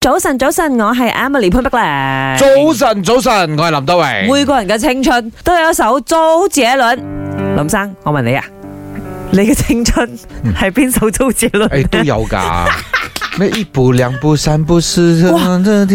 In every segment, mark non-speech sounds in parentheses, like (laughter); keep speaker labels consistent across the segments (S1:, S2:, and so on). S1: 早晨，早晨，我係 Emily 潘碧
S2: 早晨，早晨，我係林德
S1: 玲。
S2: 榮。
S1: 每個人嘅青春都有一首周杰倫。林生，我問你啊，你嘅青春
S2: 嗯
S1: 係邊首周杰倫？
S2: 誒哎都有
S1: (laughs)
S2: 㗎，咩一步兩步三步四，
S1: 哇
S2: 哎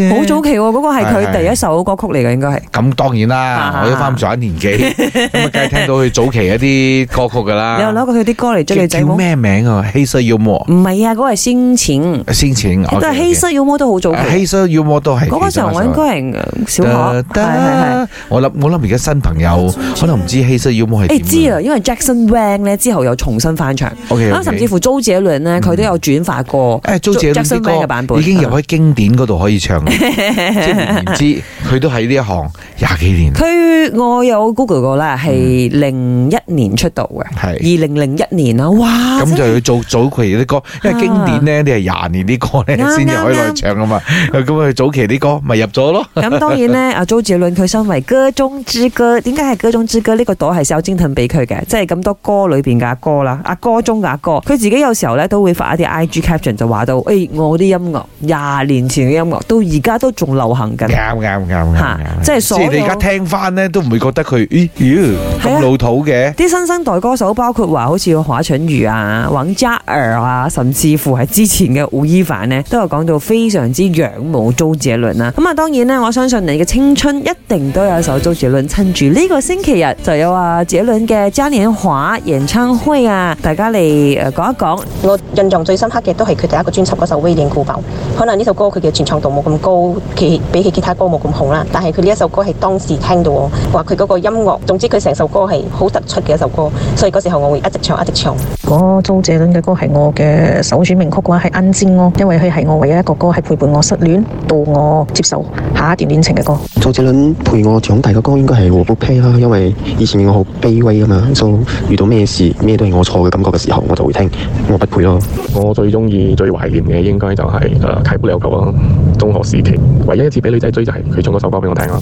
S1: 好早期喎，嗰個係佢第一首歌曲嚟嘅，應該係。
S2: 咁當然
S1: 啊
S2: 啦，我都翻咁上
S1: (laughs)
S2: 下年紀，咁啊梗係聽到佢早期一啲歌曲㗎
S1: 你有攞
S2: 啦。
S1: 過佢啲歌嚟追女仔
S2: 啊叫
S1: 冇？
S2: 咩名啊？黑色幽默，
S1: 唔係啊，嗰個係先前，
S2: 先前
S1: 都係黑色妖魔都好早期。
S2: 黑色幽默都係
S1: 嗰個時候我應該係小學，係係係。
S2: 得，我諗我諗而家新朋友可能唔知黑色幽默係
S1: 誒
S2: 點。啊
S1: 知啊啦，因為 Jackson Wang 咧之後又重新翻唱，
S2: ，OK，
S1: 啊甚至乎周杰倫咧佢都有轉發過。
S2: 誒租借呢
S1: Jackson
S2: 啲
S1: Wang 嘅版
S2: 歌
S1: 本
S2: 已經入喺經典嗰度可以唱啦， (laughs) 即係換言之，
S1: (laughs)
S2: 佢都喺呢一行廿幾年啦，
S1: 佢我有 Google 過啦，係零一年出道嘅，二
S2: 嗯係。
S1: 零零一年啊，哇！
S2: 咁
S1: 真係啊
S2: 就要做早期啲歌，因為經典咧，你係廿年啲歌咧
S1: 啱
S2: 先至可以
S1: 啱
S2: 攞嚟唱噶啊嘛。咁佢早期啲歌咪入咗咯。
S1: 咁當
S2: (laughs)
S1: 然咧，阿周杰倫佢身為歌中之歌，點解係歌中之歌呢個朵係小精騰俾佢嘅？即係咁多歌裏邊嘅阿哥啦，阿哥中嘅阿哥，佢自己有時候咧都會發一啲 IG caption 就話到，誒、我啲音樂廿年前嘅音樂到而家都仲流行緊
S2: 啱。啱啱啱
S1: 嚇
S2: 啱，
S1: 即係所有
S2: 你而家聽翻咧，都唔會覺得佢咦咦
S1: 係啊
S2: 咁老土嘅。
S1: 啲新生代歌手包括話好似華晨宇啊、王嘉爾啊，甚至乎係之前嘅吳亦凡呢，都有講到非常之仰慕周杰倫啦。咁啊，當然呢，我相信你嘅青春一定都有一首周杰倫。趁住呢個星期日就有啊杰倫嘅嘉年華演唱會啊，大家嚟誒講一講。
S3: 我印象最深刻嘅都係佢第一個專輯嗰首《威廉古堡》，可能呢首歌佢嘅傳唱度冇咁高，其比起其他歌冇咁紅啦。但係佢呢一首歌係當時聽到我話佢嗰個音樂，總之佢成首歌係好突出嘅一首歌，所以嗰時候我會一直唱一直唱。
S4: 如果周杰倫嘅歌係我嘅首選名曲嘅話，係《恩煎》咯，因為佢係我唯一一個歌係陪伴我失戀到我接受下一段戀情嘅歌。
S5: 周杰倫陪我長大嘅歌應該係《我不配》啦，因為以前我好卑微啊嘛，所以遇到咩事咩都係我錯嘅感覺嘅時候，我就會聽《我不配》咯。
S6: 我最中意、最懷念嘅應呃該就係、誒《啟不了舊》啦，中學時期唯一一次俾女仔追就係佢唱嗰首歌俾我聽啦。